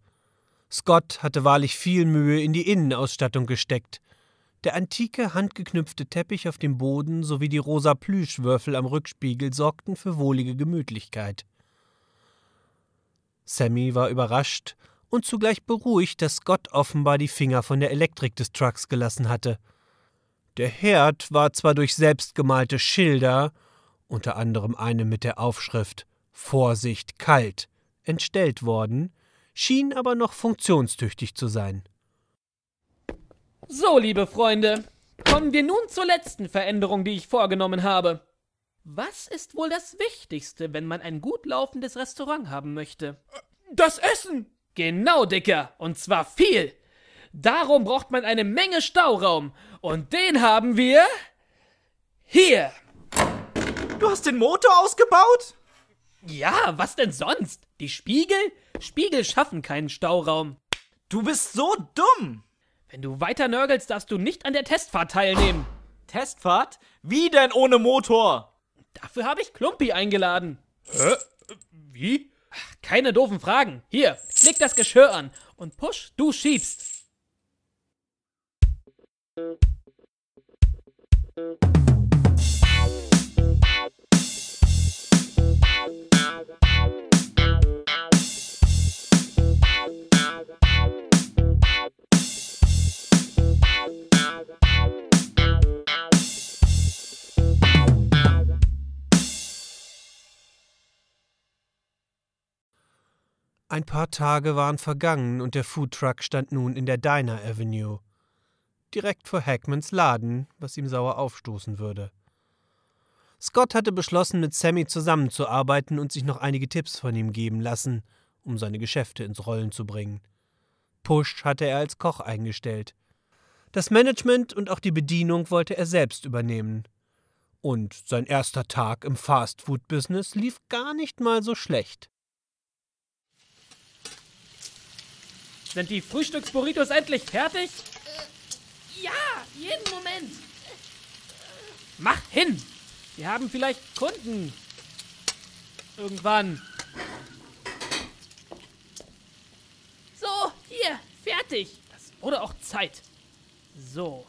Speaker 7: Scott hatte wahrlich viel Mühe in die Innenausstattung gesteckt. Der antike, handgeknüpfte Teppich auf dem Boden sowie die rosa Plüschwürfel am Rückspiegel sorgten für wohlige Gemütlichkeit. Sammy war überrascht und zugleich beruhigt, dass Scott offenbar die Finger von der Elektrik des Trucks gelassen hatte. Der Herd war zwar durch selbstgemalte Schilder, unter anderem eine mit der Aufschrift Vorsicht kalt, entstellt worden, schien aber noch funktionstüchtig zu sein.
Speaker 5: So, liebe Freunde, kommen wir nun zur letzten Veränderung, die ich vorgenommen habe. Was ist wohl das Wichtigste, wenn man ein gut laufendes Restaurant haben möchte?
Speaker 11: Das Essen!
Speaker 5: Genau, Dicker, und zwar viel. Darum braucht man eine Menge Stauraum. Und den haben wir hier.
Speaker 3: Du hast den Motor ausgebaut?
Speaker 5: Ja, was denn sonst? Die Spiegel? Spiegel schaffen keinen Stauraum.
Speaker 3: Du bist so dumm.
Speaker 5: Wenn du weiter nörgelst, darfst du nicht an der Testfahrt teilnehmen.
Speaker 3: Testfahrt? Wie denn ohne Motor?
Speaker 5: Dafür habe ich Klumpi eingeladen. Hä? Äh, Wie? Ach, keine doofen Fragen. Hier, leg das Geschirr an und Push, du schiebst.
Speaker 7: Ein paar Tage waren vergangen und der Foodtruck stand nun in der Diner Avenue. Direkt vor Hackmans Laden, was ihm sauer aufstoßen würde. Scott hatte beschlossen, mit Sammy zusammenzuarbeiten und sich noch einige Tipps von ihm geben lassen, um seine Geschäfte ins Rollen zu bringen. Push hatte er als Koch eingestellt. Das Management und auch die Bedienung wollte er selbst übernehmen. Und sein erster Tag im Fast-Food-Business lief gar nicht mal so schlecht.
Speaker 5: Sind die Frühstücksburritos endlich fertig?
Speaker 11: Äh, Ja, jeden Moment.
Speaker 5: Mach hin! Wir haben vielleicht Kunden. Irgendwann.
Speaker 11: So, hier, fertig.
Speaker 5: Das wurde auch Zeit. So.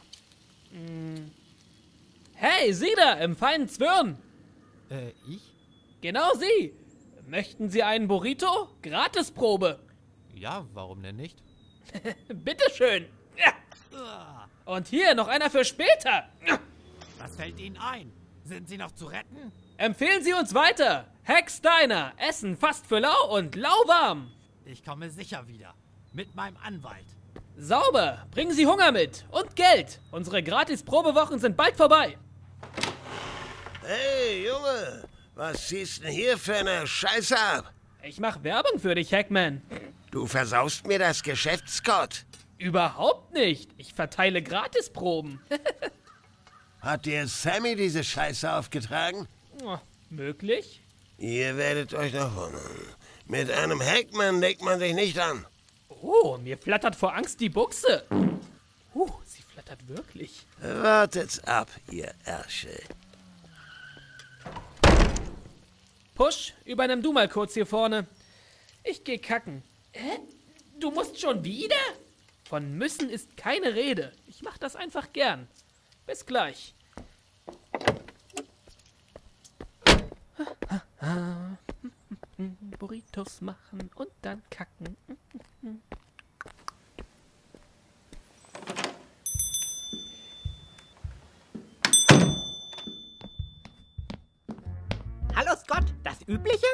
Speaker 5: Hm. Hey, Sie da im feinen Zwirn.
Speaker 13: Äh, ich?
Speaker 5: Genau Sie. Möchten Sie einen Burrito? Gratisprobe.
Speaker 13: Ja, warum denn nicht?
Speaker 5: Bitteschön. Ja. Und hier noch einer für später.
Speaker 13: Was fällt Ihnen ein? Sind Sie noch zu retten?
Speaker 5: Empfehlen Sie uns weiter. Hex Diner. Essen fast für lau und lauwarm.
Speaker 13: Ich komme sicher wieder. Mit meinem Anwalt.
Speaker 5: Sauber. Bringen Sie Hunger mit. Und Geld. Unsere Gratis-Probewochen sind bald vorbei.
Speaker 6: Hey, Junge. Was ziehst denn hier für eine Scheiße ab?
Speaker 5: Ich mach Werbung für dich, Hackman.
Speaker 6: Du versaust mir das Geschäft, Scott.
Speaker 5: Überhaupt nicht. Ich verteile Gratisproben.
Speaker 6: Hat dir Sammy diese Scheiße aufgetragen?
Speaker 5: Oh, möglich.
Speaker 6: Ihr werdet euch noch wundern. Mit einem Hackman legt man sich nicht an.
Speaker 5: Oh, mir flattert vor Angst die Buchse. Uh, sie flattert wirklich.
Speaker 6: Wartet's ab, ihr Ärsche.
Speaker 5: Push, übernimm du mal kurz hier vorne. Ich geh kacken. Hä? Du musst schon wieder? Von müssen ist keine Rede. Ich mach das einfach gern. Bis gleich. Burritos machen und dann kacken.
Speaker 4: Hallo Scott, das Übliche?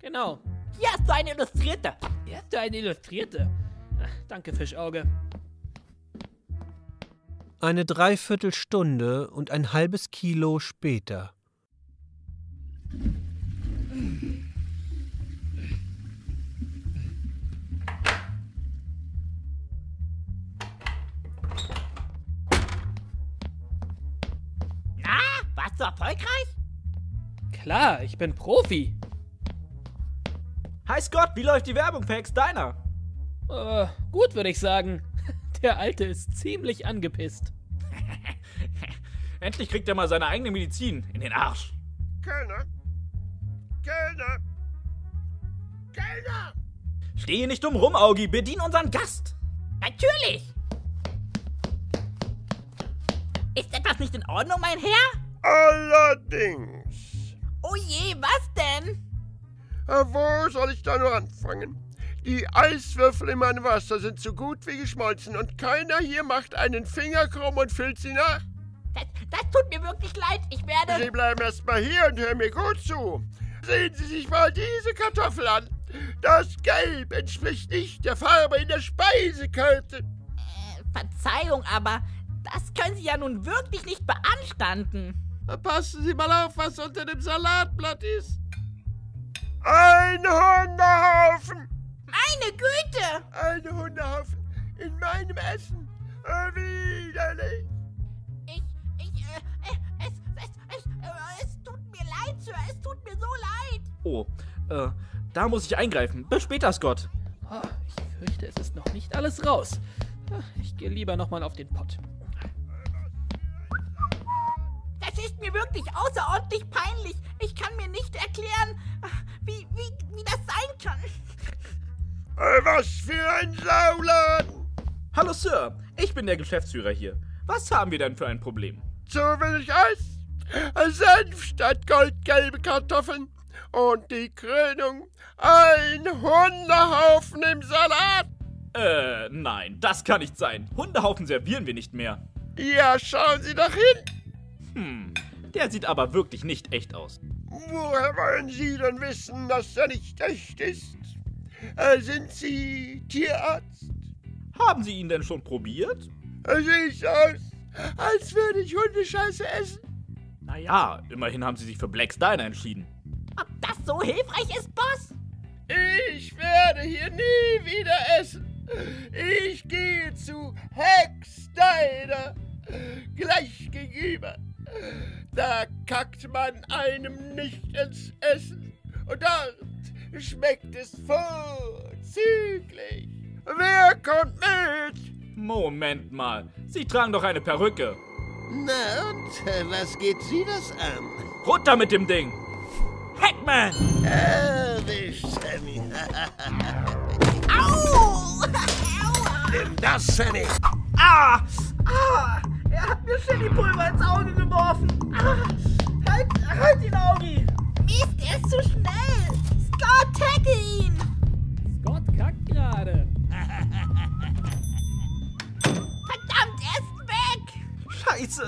Speaker 5: Genau.
Speaker 4: Hier hast du eine Illustrierte.
Speaker 5: Hier hast du eine Illustrierte. Ach, danke, Fischauge.
Speaker 7: Eine Dreiviertelstunde und ein halbes Kilo später.
Speaker 4: Na, warst du erfolgreich?
Speaker 5: Klar, ich bin Profi.
Speaker 3: Hi Scott, wie läuft die Werbung für Hex Diner?
Speaker 5: Äh, gut, würde ich sagen. Der Alte ist ziemlich angepisst.
Speaker 3: Endlich kriegt er mal seine eigene Medizin in den Arsch.
Speaker 6: Kellner! Kellner! Kellner!
Speaker 3: Steh hier nicht dumm rum, Augi. Bedien unseren Gast.
Speaker 4: Natürlich! Ist etwas nicht in Ordnung, mein Herr?
Speaker 6: Allerdings.
Speaker 4: Oh je, was denn?
Speaker 6: Wo soll ich da nur anfangen? Die Eiswürfel in meinem Wasser sind so gut wie geschmolzen und keiner hier macht einen Finger krumm und füllt sie nach.
Speaker 4: Das, das tut mir wirklich leid. Ich werde.
Speaker 6: Sie bleiben erstmal hier und hören mir gut zu. Sehen Sie sich mal diese Kartoffel an. Das Gelb entspricht nicht der Farbe in der Speisekarte.
Speaker 4: Äh, Verzeihung, aber das können Sie ja nun wirklich nicht beanstanden.
Speaker 6: Passen Sie mal auf, was unter dem Salatblatt ist. Ein Hunderhaufen!
Speaker 4: Meine Güte!
Speaker 6: Ein Hundehaufen in meinem Essen. Äh, widerlich.
Speaker 4: Ich, ich, äh, es, es, es, äh, es tut mir leid, Sir. Es tut mir so leid.
Speaker 3: Oh, äh, da muss ich eingreifen. Bis später, Scott.
Speaker 5: Ah, Oh, ich fürchte, es ist noch nicht alles raus. Ich gehe lieber nochmal auf den Pott.
Speaker 9: Das ist mir wirklich außerordentlich peinlich. Ich kann mir nicht erklären, wie, wie, wie das sein kann.
Speaker 6: Äh, was für ein Sauladen!
Speaker 3: Hallo, Sir. Ich bin der Geschäftsführer hier. Was haben wir denn für ein Problem?
Speaker 6: So will ich Eis, Senf statt goldgelbe Kartoffeln und die Krönung, ein Hundehaufen im Salat.
Speaker 3: Äh, nein, das kann nicht sein. Hundehaufen servieren wir nicht mehr.
Speaker 6: Ja, schauen Sie doch hin.
Speaker 3: Hm, der sieht aber wirklich nicht echt aus.
Speaker 6: Woher wollen Sie denn wissen, dass er nicht echt ist? Äh, sind Sie Tierarzt?
Speaker 3: Haben Sie ihn denn schon probiert?
Speaker 6: Er sieht aus, als würde ich Hundescheiße essen.
Speaker 3: Naja, immerhin haben Sie sich für Black Stein entschieden.
Speaker 9: Ob das so hilfreich ist, Boss?
Speaker 6: Ich werde hier nie wieder essen. Ich gehe zu Hex Steiner gleich gegenüber. Da kackt man einem nicht ins Essen und dort schmeckt es vorzüglich. Wer kommt mit?
Speaker 3: Moment mal, Sie tragen doch eine Perücke.
Speaker 14: Na und, äh, was geht Sie das an?
Speaker 3: Runter mit dem Ding! Hackman!
Speaker 6: Äh,
Speaker 14: Erwischt, Sammy.
Speaker 9: Au!
Speaker 14: Nimm das, Sammy!
Speaker 9: Ah! Ah! Er hat mir Chili-Pulver ins Auge geworfen! Ah! Halt, halt ihn, Augie!
Speaker 1: Mist, er ist zu schnell! Scott, tackle ihn!
Speaker 5: Scott kackt gerade.
Speaker 9: Verdammt, er ist weg!
Speaker 8: Scheiße!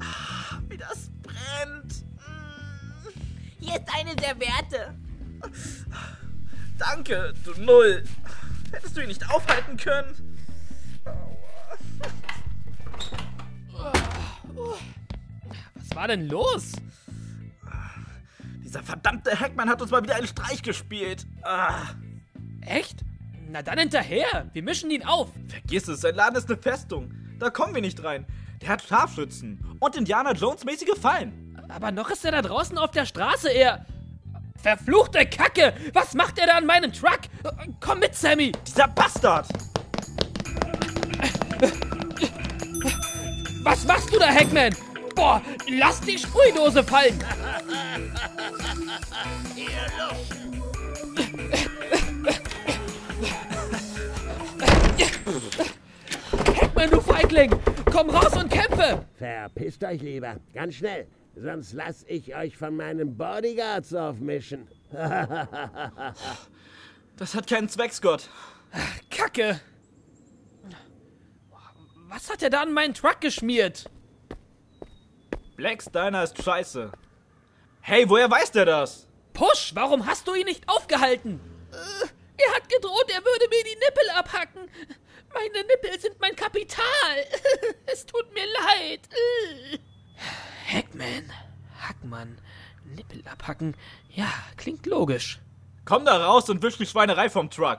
Speaker 8: Ah, wie das brennt!
Speaker 3: Hm,
Speaker 9: Hier ist eine der Werte.
Speaker 8: Danke, du Null. Hättest du ihn nicht aufhalten können?
Speaker 5: Was war denn los?
Speaker 8: Dieser verdammte Hackman hat uns mal wieder einen Streich gespielt. Ah.
Speaker 5: Echt? Na dann hinterher. Wir mischen ihn auf.
Speaker 3: Vergiss es, sein Laden ist eine Festung. Da kommen wir nicht rein. Der hat Scharfschützen und Indiana Jones-mäßige Fallen.
Speaker 5: Aber noch ist er da draußen auf der Straße, er. Verfluchte Kacke! Was macht er da an meinem Truck? Äh, Komm mit, Sammy!
Speaker 3: Dieser Bastard!
Speaker 5: Was machst du da, Hackman? Boah, lass die Sprühdose fallen! Hackman, du Feigling! Komm raus und kämpfe!
Speaker 14: Verpisst euch lieber, ganz schnell! sonst lass ich euch von meinen Bodyguards aufmischen.
Speaker 3: das hat keinen Zweck, Scott.
Speaker 5: Kacke! Was hat er da an meinen Truck geschmiert?
Speaker 3: Black Steiner ist scheiße. Hey, woher weiß der das?
Speaker 5: Push, warum hast du ihn nicht aufgehalten? Äh, Er hat gedroht, er würde mir die Nippel abhacken. Meine Nippel sind mein Kapital. es tut mir leid. Hackman. Hackmann. Nippel abhacken. Ja, klingt logisch.
Speaker 3: Komm da raus und wisch die Schweinerei vom Truck.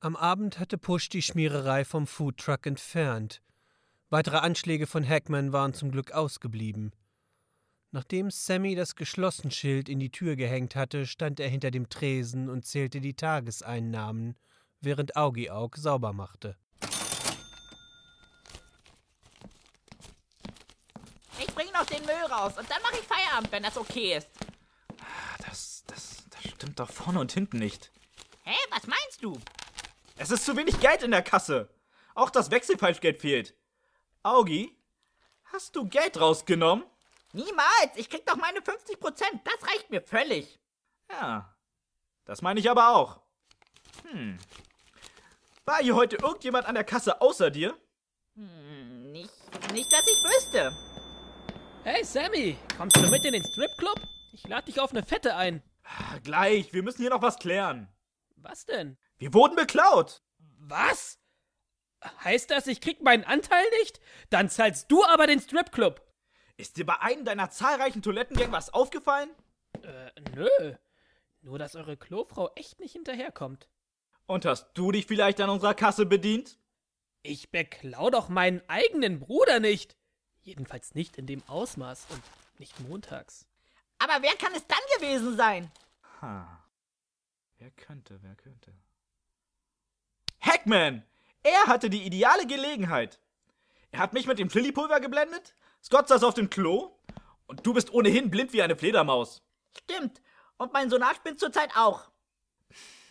Speaker 7: Am Abend hatte Push die Schmiererei vom Foodtruck entfernt. Weitere Anschläge von Hackman waren zum Glück ausgeblieben. Nachdem Sammy das Geschlossenschild in die Tür gehängt hatte, stand er hinter dem Tresen und zählte die Tageseinnahmen, während Augie Aug sauber machte.
Speaker 4: Ich bringe noch den Müll raus und dann mache ich Feierabend, wenn das okay ist.
Speaker 3: Das, das, das stimmt doch vorne und hinten nicht.
Speaker 4: Hä, hey, was meinst du?
Speaker 3: Es ist zu wenig Geld in der Kasse. Auch das Wechselfalschgeld fehlt. Augi, hast du Geld rausgenommen?
Speaker 4: Niemals. Ich krieg doch meine 50 Prozent. Das reicht mir völlig.
Speaker 3: Ja, das meine ich aber auch. Hm. War hier heute irgendjemand an der Kasse außer dir?
Speaker 4: Hm, nicht, nicht, dass ich wüsste.
Speaker 5: Hey, Sammy, kommst du mit in den Stripclub? Ich lade dich auf eine Fette ein.
Speaker 3: Gleich, wir müssen hier noch was klären.
Speaker 5: Was denn?
Speaker 3: Wir wurden beklaut.
Speaker 5: Was? Heißt das, ich krieg meinen Anteil nicht? Dann zahlst du aber den Stripclub.
Speaker 3: Ist dir bei einem deiner zahlreichen Toilettengänge was aufgefallen?
Speaker 5: Äh, nö. Nur, dass eure Klofrau echt nicht hinterherkommt.
Speaker 3: Und hast du dich vielleicht an unserer Kasse bedient?
Speaker 5: Ich beklau doch meinen eigenen Bruder nicht. Jedenfalls nicht in dem Ausmaß und nicht montags.
Speaker 4: Aber wer kann es dann gewesen sein?
Speaker 3: Ha. Wer könnte, wer könnte? Hackman! Er hatte die ideale Gelegenheit. Er hat mich mit dem Chili-Pulver geblendet, Scott saß auf dem Klo und du bist ohnehin blind wie eine Fledermaus.
Speaker 4: Stimmt. Und mein Sonar spinnt zurzeit auch.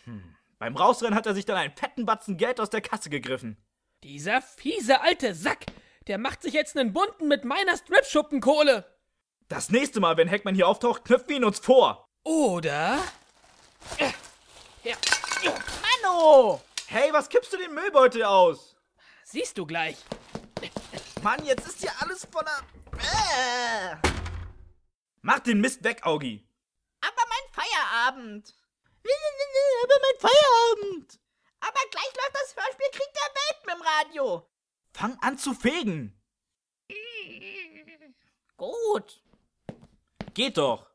Speaker 3: Hm. Beim Rausrennen hat er sich dann einen fetten Batzen Geld aus der Kasse gegriffen.
Speaker 5: Dieser fiese alte Sack, der macht sich jetzt einen bunten mit meiner Strip-Schuppenkohle.
Speaker 3: Das nächste Mal, wenn Heckman hier auftaucht, knüpfen wir ihn uns vor.
Speaker 5: Oder? Äh,
Speaker 4: ja. Mano!
Speaker 3: Hey, was kippst du den Müllbeutel aus?
Speaker 5: Siehst du gleich.
Speaker 8: Mann, jetzt ist hier alles voller. Äh.
Speaker 3: Mach den Mist weg, Augi.
Speaker 4: Aber mein Feierabend.
Speaker 9: Aber mein Feierabend.
Speaker 4: Aber gleich läuft das Hörspiel Krieg der Welt mit dem Radio.
Speaker 3: Fang an zu fegen.
Speaker 4: Gut.
Speaker 3: Geht doch.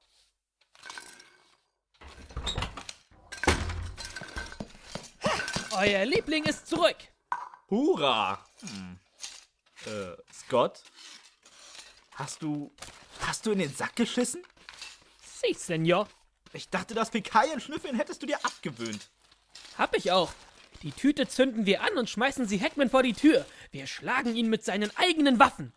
Speaker 5: Euer Liebling ist zurück.
Speaker 3: Hurra! Hm. Äh, Scott? Hast du. Hast du in den Sack geschissen?
Speaker 5: Sie, Senor.
Speaker 3: Ich dachte, das Fäkalien-Schnüffeln hättest du dir abgewöhnt.
Speaker 5: Hab ich auch. Die Tüte zünden wir an und schmeißen sie Hackman vor die Tür. Wir schlagen ihn mit seinen eigenen Waffen.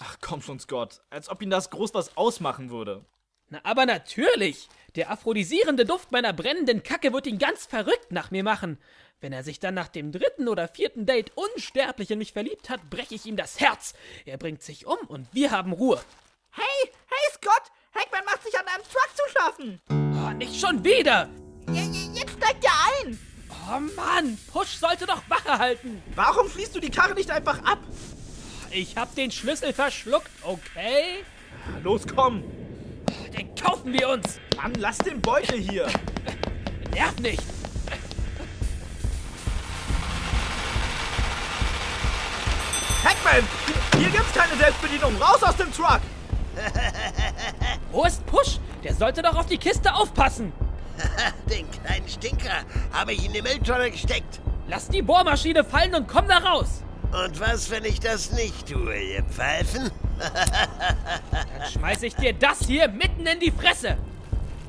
Speaker 3: Ach komm schon, Scott. Als ob ihn das groß was ausmachen würde.
Speaker 5: Na, aber natürlich! Der aphrodisierende Duft meiner brennenden Kacke wird ihn ganz verrückt nach mir machen. Wenn er sich dann nach dem dritten oder vierten Date unsterblich in mich verliebt hat, breche ich ihm das Herz. Er bringt sich um und wir haben Ruhe.
Speaker 4: Hey, hey Scott! Hackman macht sich an einem Truck zu schaffen!
Speaker 5: Oh, nicht schon wieder!
Speaker 4: J jetzt steigt er ein!
Speaker 5: Oh Mann, Push sollte doch Wache halten!
Speaker 3: Warum schließt du die Karre nicht einfach ab?
Speaker 5: Ich hab den Schlüssel verschluckt, okay?
Speaker 3: Los, komm!
Speaker 5: Den kaufen wir uns!
Speaker 3: Mann, lass den Beutel hier!
Speaker 5: Nerv nicht!
Speaker 3: Hackman! Hier gibt's keine Selbstbedienung! Raus aus dem Truck!
Speaker 5: Wo ist Push? Der sollte doch auf die Kiste aufpassen!
Speaker 6: Den kleinen Stinker habe ich in die Mülltonne gesteckt.
Speaker 5: Lass die Bohrmaschine fallen und komm da raus!
Speaker 6: Und was, wenn ich das nicht tue, ihr Pfeifen?
Speaker 5: Dann schmeiß ich dir das hier mitten in die Fresse!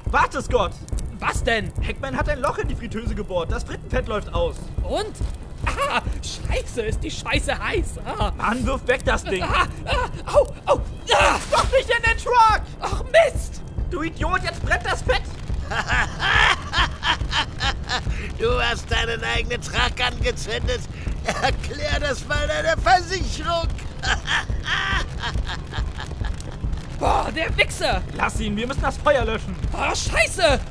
Speaker 3: Warte, Scott!
Speaker 5: Was denn?
Speaker 3: Heckman hat ein Loch in die Fritteuse gebohrt. Das Frittenfett läuft aus.
Speaker 5: Und? Ah, scheiße, ist die Scheiße heiß. Ah.
Speaker 3: Mann, wirf weg das Ding.
Speaker 5: Ah, ah, au, au. Ah.
Speaker 3: Doch nicht in den Truck.
Speaker 5: Ach, Mist.
Speaker 3: Du Idiot, jetzt brennt das Fett.
Speaker 6: du hast deinen eigenen Truck angezündet. Erklär das mal deiner Versicherung.
Speaker 5: Boah, der Wichser.
Speaker 3: Lass ihn, wir müssen das Feuer löschen.
Speaker 5: Oh, scheiße.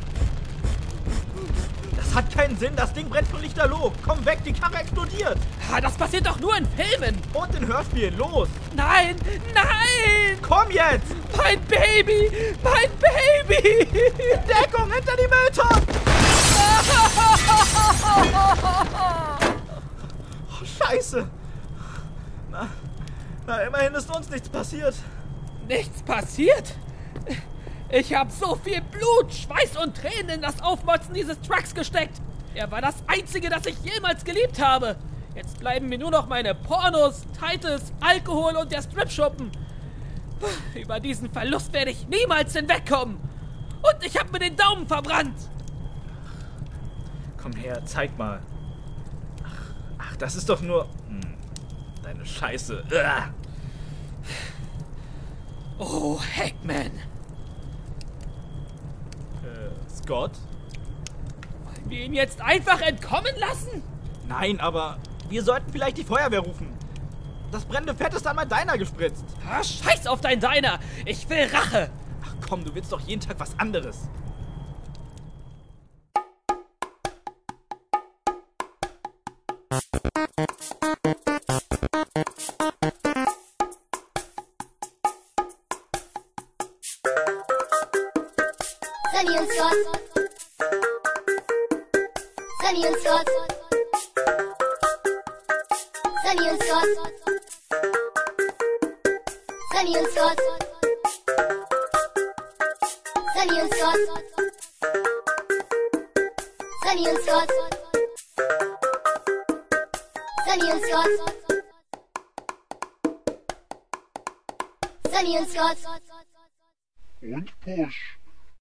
Speaker 3: Das hat keinen Sinn, das Ding brennt von Lichterloh. Komm weg, die Karre explodiert.
Speaker 5: Ha, Ah, das passiert doch nur in Filmen.
Speaker 3: Und in Hörspielen, los.
Speaker 5: Nein, nein.
Speaker 3: Komm jetzt.
Speaker 5: Mein Baby, mein Baby.
Speaker 3: Deckung hinter die Mülltonne. oh, scheiße. Na, na, immerhin ist uns nichts passiert.
Speaker 5: Nichts passiert? Ich habe so viel Blut, Schweiß und Tränen in das Aufmotzen dieses Trucks gesteckt. Er war das einzige, das ich jemals geliebt habe. Jetzt bleiben mir nur noch meine Pornos, Titles, Alkohol und der Stripschuppen. Über diesen Verlust werde ich niemals hinwegkommen. Und ich habe mir den Daumen verbrannt.
Speaker 3: Komm her, zeig mal. Ach, ach das ist doch nur. Hm, deine Scheiße. Uah.
Speaker 5: Oh, Hackman.
Speaker 3: Gott?
Speaker 5: Wollen wir ihn jetzt einfach entkommen lassen?
Speaker 3: Nein, aber wir sollten vielleicht die Feuerwehr rufen. Das brennende Fett ist an mein Diner gespritzt.
Speaker 5: Ah, scheiß auf dein Diner! Ich will Rache!
Speaker 3: Ach komm, du willst doch jeden Tag was anderes.
Speaker 15: Sammy und Scott. Sammy und Scott. Sammy und Scott. Sammy und Scott. Sammy und Scott. Sammy und Scott. Sammy und Scott.
Speaker 2: Und Push.